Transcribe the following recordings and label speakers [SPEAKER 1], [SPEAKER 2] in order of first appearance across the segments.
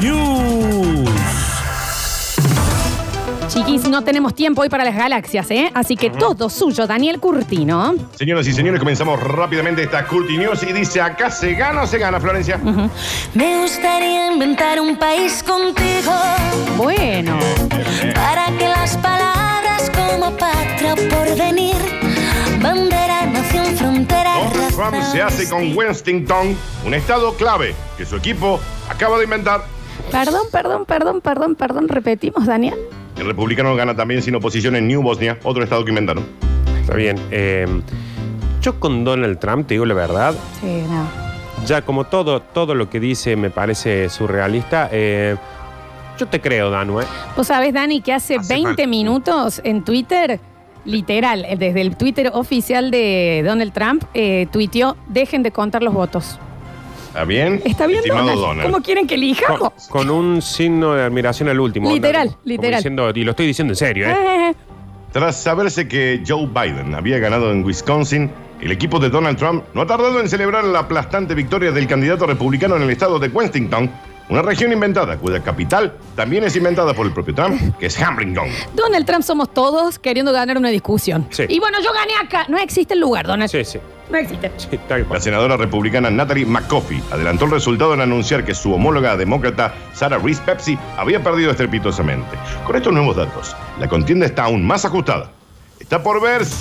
[SPEAKER 1] News.
[SPEAKER 2] Chiquis, no tenemos tiempo hoy para las galaxias, ¿eh? Así que todo suyo, Daniel Curtino.
[SPEAKER 3] Señoras y señores, comenzamos rápidamente esta Curti News y dice, acá se gana o se gana, Florencia.
[SPEAKER 4] Me gustaría inventar un país contigo
[SPEAKER 2] Bueno,
[SPEAKER 4] para que las palabras como patria o porvenir, bandera, nación, frontera,
[SPEAKER 3] Donald
[SPEAKER 4] raza,
[SPEAKER 3] Trump se hace con Westington, un estado clave que su equipo acaba de inventar.
[SPEAKER 2] perdón, perdón, perdón, perdón, perdón, repetimos, Daniel.
[SPEAKER 3] El republicano gana también sin oposición en New Bosnia, otro estado que inventaron.
[SPEAKER 5] Está bien. eh, yo con Donald Trump, te digo la verdad,
[SPEAKER 2] Sí, no.
[SPEAKER 5] ya como todo, todo lo que dice me parece surrealista, eh, yo te creo, Danu, ¿eh?
[SPEAKER 2] Vos sabés, Dani, que hace,
[SPEAKER 5] Hace
[SPEAKER 2] 20
[SPEAKER 5] falta.
[SPEAKER 2] minutos en Twitter, literal, eh, desde el Twitter oficial de Donald Trump, eh, tuiteó, dejen de contar los votos.
[SPEAKER 3] ¿Está bien?
[SPEAKER 2] ¿Está bien,
[SPEAKER 3] Estimado
[SPEAKER 2] Donald?
[SPEAKER 3] Donald.
[SPEAKER 2] ¿Cómo quieren que
[SPEAKER 5] Con,
[SPEAKER 2] elijamos?
[SPEAKER 5] con un signo de admiración al último.
[SPEAKER 2] Literal,
[SPEAKER 5] Como
[SPEAKER 2] literal.
[SPEAKER 5] diciendo- y lo estoy diciendo en serio, ¿eh?
[SPEAKER 2] Eh,
[SPEAKER 3] Tras saberse que Joe Biden había ganado en Wisconsin, el equipo de Donald Trump no ha tardado en celebrar la aplastante victoria del candidato republicano en el estado de Westington, una región inventada cuya capital también es inventada por el propio Trump, que es Hamilton.
[SPEAKER 2] Donald Trump somos todos queriendo ganar una discusión.
[SPEAKER 5] Sí.
[SPEAKER 2] Y bueno, yo gané acá. No existe el lugar, Donald.
[SPEAKER 5] Sí, sí.
[SPEAKER 2] No existe.
[SPEAKER 5] sí, tal
[SPEAKER 3] La
[SPEAKER 5] cual.
[SPEAKER 3] senadora republicana Natalie McCoffey adelantó el resultado en anunciar que su homóloga demócrata Sarah Reese Pepsi había perdido estrepitosamente. Con estos nuevos datos, la contienda está aún más ajustada. Está por verse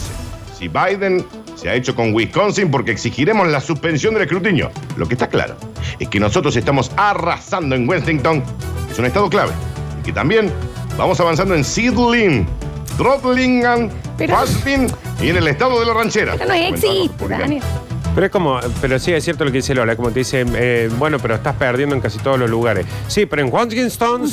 [SPEAKER 3] si Biden se ha hecho con Wisconsin porque exigiremos la suspensión del escrutinio. Lo que está claro es que nosotros estamos arrasando en Westington, que es un estado clave, y que también vamos avanzando en Sidlin, Drottlingham,
[SPEAKER 2] Pero-
[SPEAKER 3] Faslin y en el estado de la ranchera.
[SPEAKER 2] Pero no existe,
[SPEAKER 3] Republicano.
[SPEAKER 2] Daniel.
[SPEAKER 5] Pero es como, pero sí es cierto lo que dice Lola, como te dice, eh, bueno, pero estás perdiendo en casi todos los lugares. Sí, pero en Washington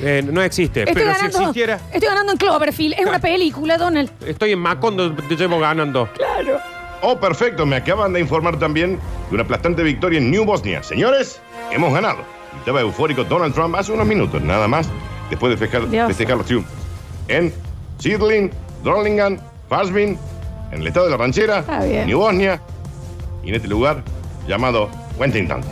[SPEAKER 5] eh, no existe.
[SPEAKER 2] Estoy
[SPEAKER 5] pero si
[SPEAKER 2] ganando,
[SPEAKER 5] existiera,
[SPEAKER 2] estoy ganando en Cloverfield. Es una película, Donald.
[SPEAKER 5] estoy en Macondo, te llevo ganando.
[SPEAKER 2] Claro.
[SPEAKER 3] Oh, perfecto. Me acaban de informar también de una aplastante victoria en New Bosnia. Señores, hemos ganado. Estaba eufórico Donald Trump hace unos minutos, nada más, después de festejar,
[SPEAKER 2] Dios.
[SPEAKER 3] festejar los triunfos. En Sidlin, Drottlingham, Farsbin, en el estado de la ranchera,
[SPEAKER 2] Está bien.
[SPEAKER 3] New Bosnia, y en este lugar llamado Westington.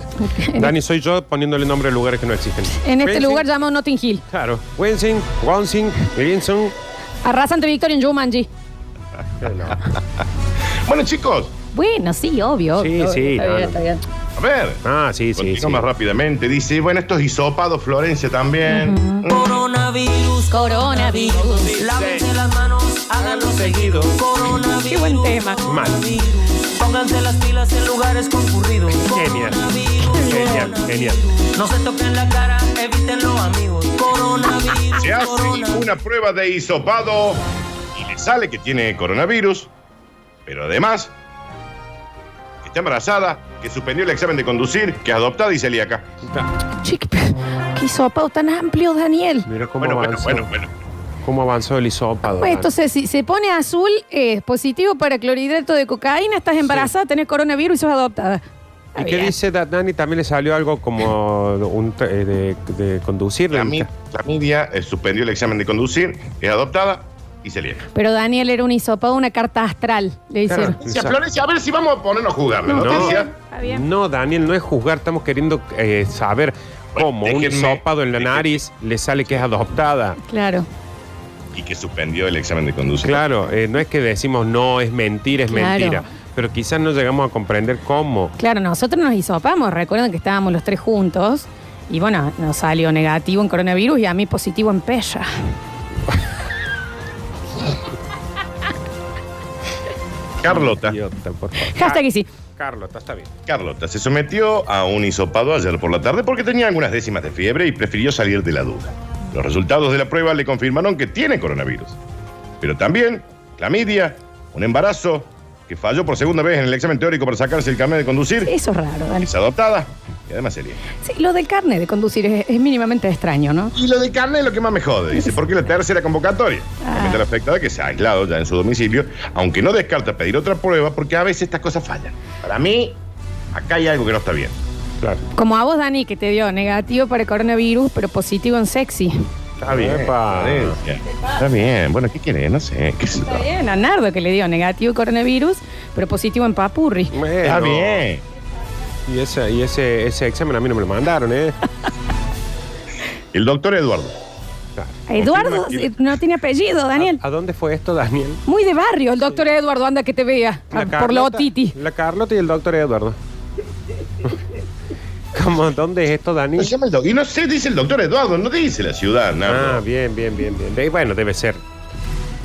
[SPEAKER 5] Dani, soy yo poniéndole nombre a lugares que no existen.
[SPEAKER 2] En este
[SPEAKER 5] Wensing,
[SPEAKER 2] lugar llamado Notting Hill.
[SPEAKER 5] Claro. Wensing, Wonsing, Wilson.
[SPEAKER 2] Arrasante Victoria en Jumanji.
[SPEAKER 3] Bueno, chicos,
[SPEAKER 2] Bueno, sí, obvio.
[SPEAKER 5] Sí,
[SPEAKER 2] obvio,
[SPEAKER 5] sí,
[SPEAKER 2] Está
[SPEAKER 5] no,
[SPEAKER 2] bien,
[SPEAKER 5] no.
[SPEAKER 2] está bien.
[SPEAKER 3] a ver.
[SPEAKER 5] Ah, sí, sí, sí.
[SPEAKER 3] Continúa más rápidamente. Dice, bueno, estos hisopados, Florencia también.
[SPEAKER 6] Coronavirus,
[SPEAKER 2] Coronavirus.
[SPEAKER 6] lávense las manos, háganlo seguido. Coronavirus,
[SPEAKER 2] Qué buen tema.
[SPEAKER 5] Mal.
[SPEAKER 6] coronavirus, pónganse las pilas en lugares concurridos.
[SPEAKER 5] Genial.
[SPEAKER 6] Coronavirus,
[SPEAKER 5] Genial, genial.
[SPEAKER 6] No se toquen la cara, evítenlo, amigos. Coronavirus,
[SPEAKER 3] Se hace
[SPEAKER 6] coronavirus.
[SPEAKER 3] una prueba de hisopado y le sale que tiene coronavirus, pero además que está embarazada, que suspendió el examen de conducir, que es adoptada y celíaca.
[SPEAKER 2] Chic, qué hisopado tan amplio, Daniel.
[SPEAKER 5] Mira cómo
[SPEAKER 3] Bueno, bueno,
[SPEAKER 5] avanzó.
[SPEAKER 3] bueno, bueno.
[SPEAKER 5] Cómo avanzó el hisopado.
[SPEAKER 2] Pues entonces, si se pone azul, es positivo para clorhidrato de cocaína, estás embarazada, tenés coronavirus y sos adoptada. Está
[SPEAKER 5] ¿Y qué
[SPEAKER 2] bien.
[SPEAKER 5] dice Da- Dani? También le salió algo como un tra- eh, de, de conducir.
[SPEAKER 3] La, mi- la media eh, suspendió el examen de conducir, es adoptada y celíaca.
[SPEAKER 2] Pero Daniel era un hisopado, una carta astral, le
[SPEAKER 5] Claro.
[SPEAKER 2] hicieron.
[SPEAKER 3] Florencia, Florencia, a ver si vamos a ponernos a jugar. La noticia.
[SPEAKER 2] Está bien.
[SPEAKER 5] No, Daniel, no es juzgar. Estamos queriendo eh, saber
[SPEAKER 3] Bueno,
[SPEAKER 5] cómo un
[SPEAKER 3] déjenme-
[SPEAKER 5] hisopado en la
[SPEAKER 3] déjenme-
[SPEAKER 5] nariz le sale que es adoptada.
[SPEAKER 2] Claro.
[SPEAKER 3] Y que suspendió el examen de conducir.
[SPEAKER 5] Claro, eh, no es que decimos no, es mentira, es
[SPEAKER 2] Claro.
[SPEAKER 5] mentira. Pero quizás no llegamos a comprender cómo.
[SPEAKER 2] Claro, nosotros nos hisopamos, recuerden que estábamos los tres juntos y bueno, nos salió negativo en coronavirus y a mí positivo en pella.
[SPEAKER 3] Carlota.
[SPEAKER 5] Idiota, por favor.
[SPEAKER 2] Hashtag y sí.
[SPEAKER 5] Carlota, está bien.
[SPEAKER 3] Carlota se sometió a un hisopado ayer por la tarde porque tenía algunas décimas de fiebre y prefirió salir de la duda. Los resultados de la prueba le confirmaron que tiene coronavirus, pero también clamidia, un embarazo, que falló por segunda vez en el examen teórico para sacarse el carnet de conducir,
[SPEAKER 2] Eso es raro, Dani.
[SPEAKER 3] es adoptada y además sería.
[SPEAKER 2] Sí, lo del carnet de conducir es, es mínimamente extraño, ¿no?
[SPEAKER 3] Y lo de carne es lo que más me jode, dice, porque es la tercera convocatoria. Realmente la afectada que se ha aislado ya en su domicilio, aunque no descarta pedir otra prueba, porque a veces estas cosas fallan. Para mí, acá hay algo que no está bien.
[SPEAKER 5] Claro.
[SPEAKER 2] Como a vos, Dani, que te dio negativo para el coronavirus, pero positivo en sexy.
[SPEAKER 5] Está bien.
[SPEAKER 3] Epa, Eh, Florencia. Está bien, bueno, ¿qué quieres? No sé. ¿qué sé yo.
[SPEAKER 2] Está bien, a Nardo que le dio negativo coronavirus, pero positivo en papurri.
[SPEAKER 5] Bueno.
[SPEAKER 3] Está bien.
[SPEAKER 5] Y, ese, y ese, ese examen a mí no me lo mandaron, ¿eh?
[SPEAKER 3] El doctor Eduardo.
[SPEAKER 5] Claro.
[SPEAKER 2] Eduardo
[SPEAKER 3] Confirma.
[SPEAKER 2] eh, no tiene apellido, Daniel.
[SPEAKER 5] ¿A, a dónde fue esto, Daniel?
[SPEAKER 2] Muy de barrio, el doctor Eduardo, anda que te vea.
[SPEAKER 5] La
[SPEAKER 2] ah, Por lo
[SPEAKER 5] Carlota-
[SPEAKER 2] otiti.
[SPEAKER 5] La Carlota y el doctor Eduardo. ¿Cómo? ¿Dónde es esto, Dani?
[SPEAKER 3] No se llama el doc- Y no sé, dice el doctor Eduardo, no dice la ciudad,
[SPEAKER 5] Ah,
[SPEAKER 3] nada.
[SPEAKER 5] bien, bien, bien, bien. De- bueno, debe ser.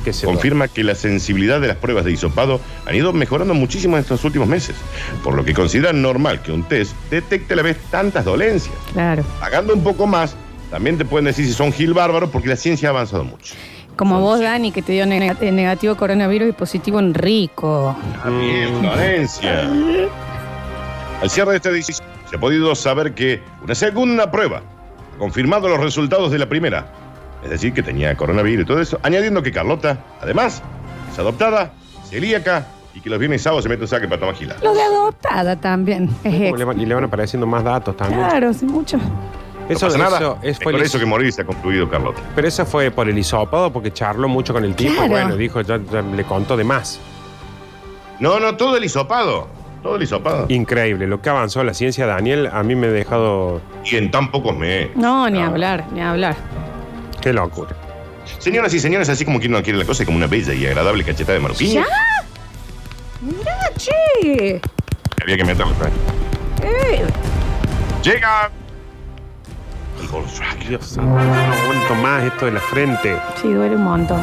[SPEAKER 5] Que se
[SPEAKER 3] Confirma que la sensibilidad de las pruebas de hisopado han ido mejorando muchísimo en estos últimos meses, por lo que consideran normal que un test detecte a la vez tantas dolencias.
[SPEAKER 2] Claro.
[SPEAKER 3] Pagando un poco más, también te pueden decir si son Gil bárbaro porque la ciencia ha avanzado mucho.
[SPEAKER 2] Como vos, Dani, que te dio neg- eh, negativo coronavirus y positivo en rico.
[SPEAKER 3] Bien, Florencia. Al cierre de esta edición se ha podido saber que una segunda prueba ha confirmado los resultados de la primera. Es decir, que tenía coronavirus y todo eso. Añadiendo que Carlota, además, es adoptada, celíaca y que los viernes y sábados se mete un saque para tomar gila.
[SPEAKER 2] Lo de adoptada también. Es
[SPEAKER 5] ¿Cómo
[SPEAKER 2] ex-
[SPEAKER 5] le van- y le van apareciendo más datos también.
[SPEAKER 2] Claro, sí, mucho.
[SPEAKER 5] Eso,
[SPEAKER 3] no pasa nada.
[SPEAKER 5] eso-
[SPEAKER 3] es
[SPEAKER 5] es- fue
[SPEAKER 3] por
[SPEAKER 5] el-
[SPEAKER 3] eso que morir se ha concluido Carlota.
[SPEAKER 5] Pero eso fue por el hisopado, porque charló mucho con el tipo.
[SPEAKER 2] Claro.
[SPEAKER 5] Bueno, dijo, ya- ya le contó de más.
[SPEAKER 3] No, no, todo el hisopado. Todo el hisopado. Y,
[SPEAKER 5] Increíble. Lo que avanzó la ciencia, Daniel, a mí me ha dejado.
[SPEAKER 3] en tan pocos meses.
[SPEAKER 2] No, ni hablar, ni hablar.
[SPEAKER 5] Qué locura.
[SPEAKER 3] Señoras y señores, así como quien no quiere la cosa, como una bella y agradable cacheta de marroquín.
[SPEAKER 2] ¿Ya? Mirá, che. Eh,
[SPEAKER 3] Había que meterlo. ¿eh? Llega. El bonus track.
[SPEAKER 5] Dios santo, no aguanto más esto de la frente.
[SPEAKER 2] Sí, duele un montón.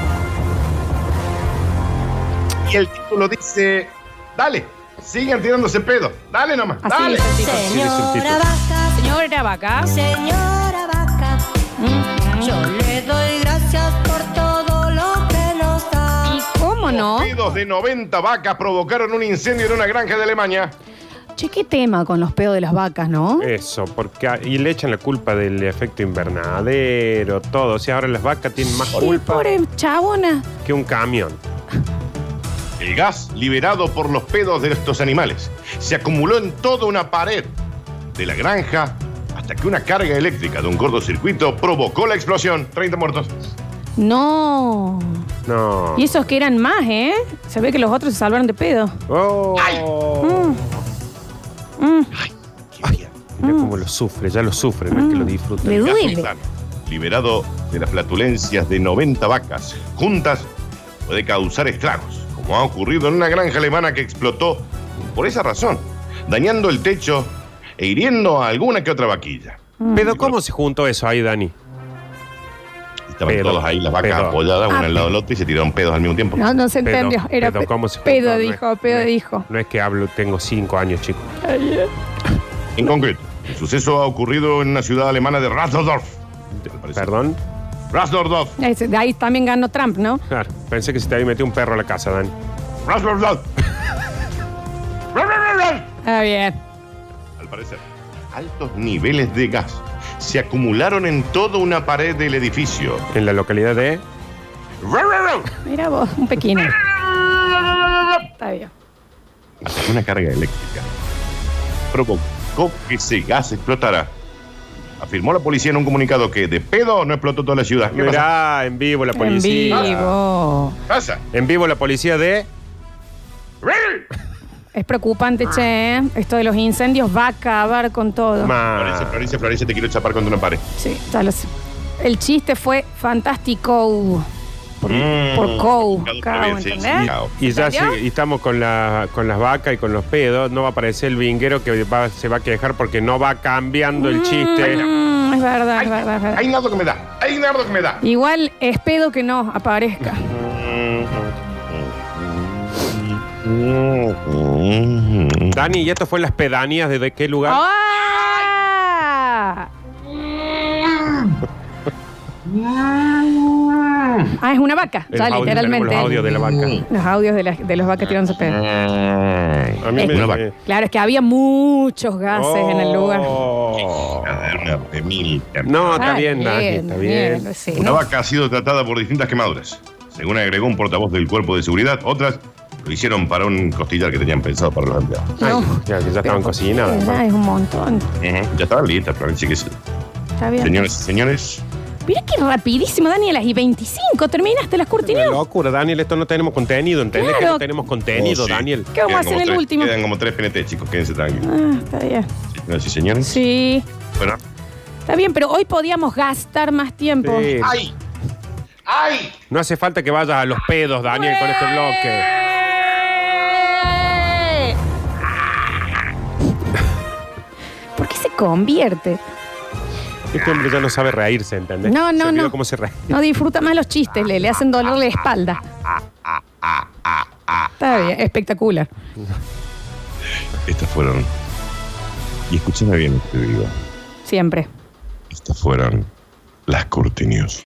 [SPEAKER 3] Y el título dice: Dale, sigan tirándose pedo. Dale nomás,
[SPEAKER 2] Así
[SPEAKER 3] dale.
[SPEAKER 2] dice el tipo.
[SPEAKER 4] Señora vaca,
[SPEAKER 2] Señora vaca.
[SPEAKER 4] señora vaca, Mm, yo le doy gracias por todo lo que nos da.
[SPEAKER 2] ¿Y cómo no?
[SPEAKER 3] Pedos de 90 vacas provocaron un incendio en una granja de Alemania.
[SPEAKER 2] Che, qué tema con los pedos de las vacas, ¿no?
[SPEAKER 5] Eso, porque a- y le echan la culpa del efecto invernadero, todo. O sea, ahora las vacas tienen más
[SPEAKER 2] Sí,
[SPEAKER 5] culpa
[SPEAKER 2] pobre chabona.
[SPEAKER 5] que un camión.
[SPEAKER 3] El gas liberado por los pedos de estos animales se acumuló en toda una pared de la granja hasta que una carga eléctrica de un cortocircuito provocó la explosión. 30 muertos.
[SPEAKER 2] No.
[SPEAKER 5] No.
[SPEAKER 2] Y esos que eran más, ¿eh? Se ve que los otros se salvaron de pedo.
[SPEAKER 5] Oh.
[SPEAKER 2] Mm,
[SPEAKER 5] Mira cómo lo sufre, ya lo sufre, no es que lo disfruta.
[SPEAKER 2] Le
[SPEAKER 3] El gas
[SPEAKER 2] duele.
[SPEAKER 3] metano, liberado de las flatulencias de 90 vacas juntas, puede causar estragos, como ha ocurrido en una granja alemana que explotó por esa razón, dañando el techo e hiriendo a alguna que otra vaquilla.
[SPEAKER 5] Pero ¿cómo se juntó eso ahí, Dani?
[SPEAKER 3] Estaban
[SPEAKER 5] Pedo.
[SPEAKER 3] todos ahí, las vacas
[SPEAKER 5] Pedo.
[SPEAKER 3] apoyadas una
[SPEAKER 2] Ah,
[SPEAKER 3] al lado del otro y se tiraron pedos al mismo tiempo.
[SPEAKER 2] No, no se
[SPEAKER 5] Pero,
[SPEAKER 2] entendió. Era
[SPEAKER 5] pero
[SPEAKER 2] pe-
[SPEAKER 5] ¿cómo se
[SPEAKER 2] pedo,
[SPEAKER 5] juntó? No
[SPEAKER 2] dijo,
[SPEAKER 5] es-
[SPEAKER 2] pedo,
[SPEAKER 5] no es-
[SPEAKER 2] dijo.
[SPEAKER 5] No es que hablo, tengo cinco años, chicos.
[SPEAKER 3] En concreto, el suceso ha ocurrido en una ciudad alemana de Rasdorf.
[SPEAKER 5] Perdón.
[SPEAKER 3] Rasdorf,
[SPEAKER 2] Ahí se- De ahí también ganó Trump, ¿no?
[SPEAKER 5] Claro, pensé que se te había metido un perro a la casa, Dani.
[SPEAKER 3] Rasdorf.
[SPEAKER 2] Está bien.
[SPEAKER 3] Al parecer, altos niveles de gas se acumularon en toda una pared del edificio.
[SPEAKER 5] En la localidad de.
[SPEAKER 2] Mira vos, un pequeño. Está bien.
[SPEAKER 3] Hasta una carga eléctrica provocó que ese gas explotara. Afirmó la policía en un comunicado que de pedo no explotó toda la ciudad. ¿Qué pasa?
[SPEAKER 5] Mirá, en vivo la
[SPEAKER 2] En
[SPEAKER 5] policía.
[SPEAKER 2] vivo.
[SPEAKER 3] pasa?
[SPEAKER 5] En vivo la policía de.
[SPEAKER 2] Es preocupante, che. ¿eh? Esto de los incendios va a acabar con todo.
[SPEAKER 3] Florencia,
[SPEAKER 5] Ma-
[SPEAKER 3] Florencia, Florencia, te quiero chapar contra una pared.
[SPEAKER 2] Sí, ya lo sé. El chiste fue fantástico. Por,
[SPEAKER 5] Mm.
[SPEAKER 2] por Cow.
[SPEAKER 3] Claro,
[SPEAKER 2] Cow,
[SPEAKER 3] sí,
[SPEAKER 2] ¿entendés?
[SPEAKER 3] sí, cao.
[SPEAKER 5] Y ya
[SPEAKER 2] ¿Entendió?
[SPEAKER 5] sí, y estamos con, la, con las vacas y con los pedos. No va a aparecer el vinguero que va- se va a quejar porque no va cambiando el chiste.
[SPEAKER 2] Mm, es verdad, es verdad, es verdad.
[SPEAKER 3] Hay nardo que me da, hay nardo que me da.
[SPEAKER 2] Igual es pedo que no aparezca.
[SPEAKER 5] Dani, ¿y esto fue en las pedanías? ¿Desde qué lugar?
[SPEAKER 2] Oh, ¡Ah! Ah, es una vaca,
[SPEAKER 5] Los
[SPEAKER 2] ya
[SPEAKER 5] audios,
[SPEAKER 2] literalmente. Mm.
[SPEAKER 5] tenemos Los audios de la vaca.
[SPEAKER 2] Los audios de, las- de los vacas tirándose pedo.
[SPEAKER 5] A mí
[SPEAKER 2] Es-
[SPEAKER 5] me-
[SPEAKER 3] Una vaca.
[SPEAKER 2] Claro, es que había muchos gases en el lugar.
[SPEAKER 5] Oh.
[SPEAKER 3] Caderna de mil.
[SPEAKER 5] No, está
[SPEAKER 2] Ah,
[SPEAKER 5] bien, Dani, está bien.
[SPEAKER 2] sí,
[SPEAKER 3] Una
[SPEAKER 2] ¿no?
[SPEAKER 3] vaca ha sido tratada por distintas quemaduras. Según agregó un portavoz del cuerpo de seguridad, otras lo hicieron para un costillar que tenían pensado para los empleados.
[SPEAKER 5] Ay,
[SPEAKER 2] No.
[SPEAKER 5] ya, ya estaban cocinadas.
[SPEAKER 2] Ah, es un montón.
[SPEAKER 3] Ya estaban listas, Florencia, que sí.
[SPEAKER 2] Está bien.
[SPEAKER 3] Señoras y señores,
[SPEAKER 2] Mira qué rapidísimo, Dani, a las y 25 terminaste las
[SPEAKER 5] Una
[SPEAKER 2] cortinas.
[SPEAKER 5] locura, Daniel, esto no tenemos contenido, ¿entendés? Que
[SPEAKER 2] Claro.
[SPEAKER 5] no tenemos contenido,
[SPEAKER 3] Oh, sí.
[SPEAKER 5] Daniel.
[SPEAKER 2] ¿Qué vamos a
[SPEAKER 3] quedan
[SPEAKER 2] hacer
[SPEAKER 3] como
[SPEAKER 2] en el
[SPEAKER 3] tres-
[SPEAKER 2] último?
[SPEAKER 3] Quedan como tres PNT, chicos, quédense tranquilos.
[SPEAKER 2] Ah, está bien.
[SPEAKER 3] Señoras y señores,
[SPEAKER 2] Sí,
[SPEAKER 3] bueno.
[SPEAKER 2] está bien, pero hoy podíamos gastar más tiempo.
[SPEAKER 5] Sí.
[SPEAKER 3] ¡Ay! ¡Ay!
[SPEAKER 5] No hace falta que vayas a los pedos, Daniel, con este bloque.
[SPEAKER 2] ¿Por qué se convierte?
[SPEAKER 5] Este hombre ya no sabe reírse, ¿entendés?
[SPEAKER 2] No, no,
[SPEAKER 5] Se olvidó
[SPEAKER 2] no.
[SPEAKER 5] cómo se reía.
[SPEAKER 2] No disfruta más los chistes, le, le hacen doler la espalda. Está bien, espectacular.
[SPEAKER 3] Estas fueron. Y escúchame bien lo que te digo.
[SPEAKER 2] Siempre.
[SPEAKER 3] Estas fueron las Curti News.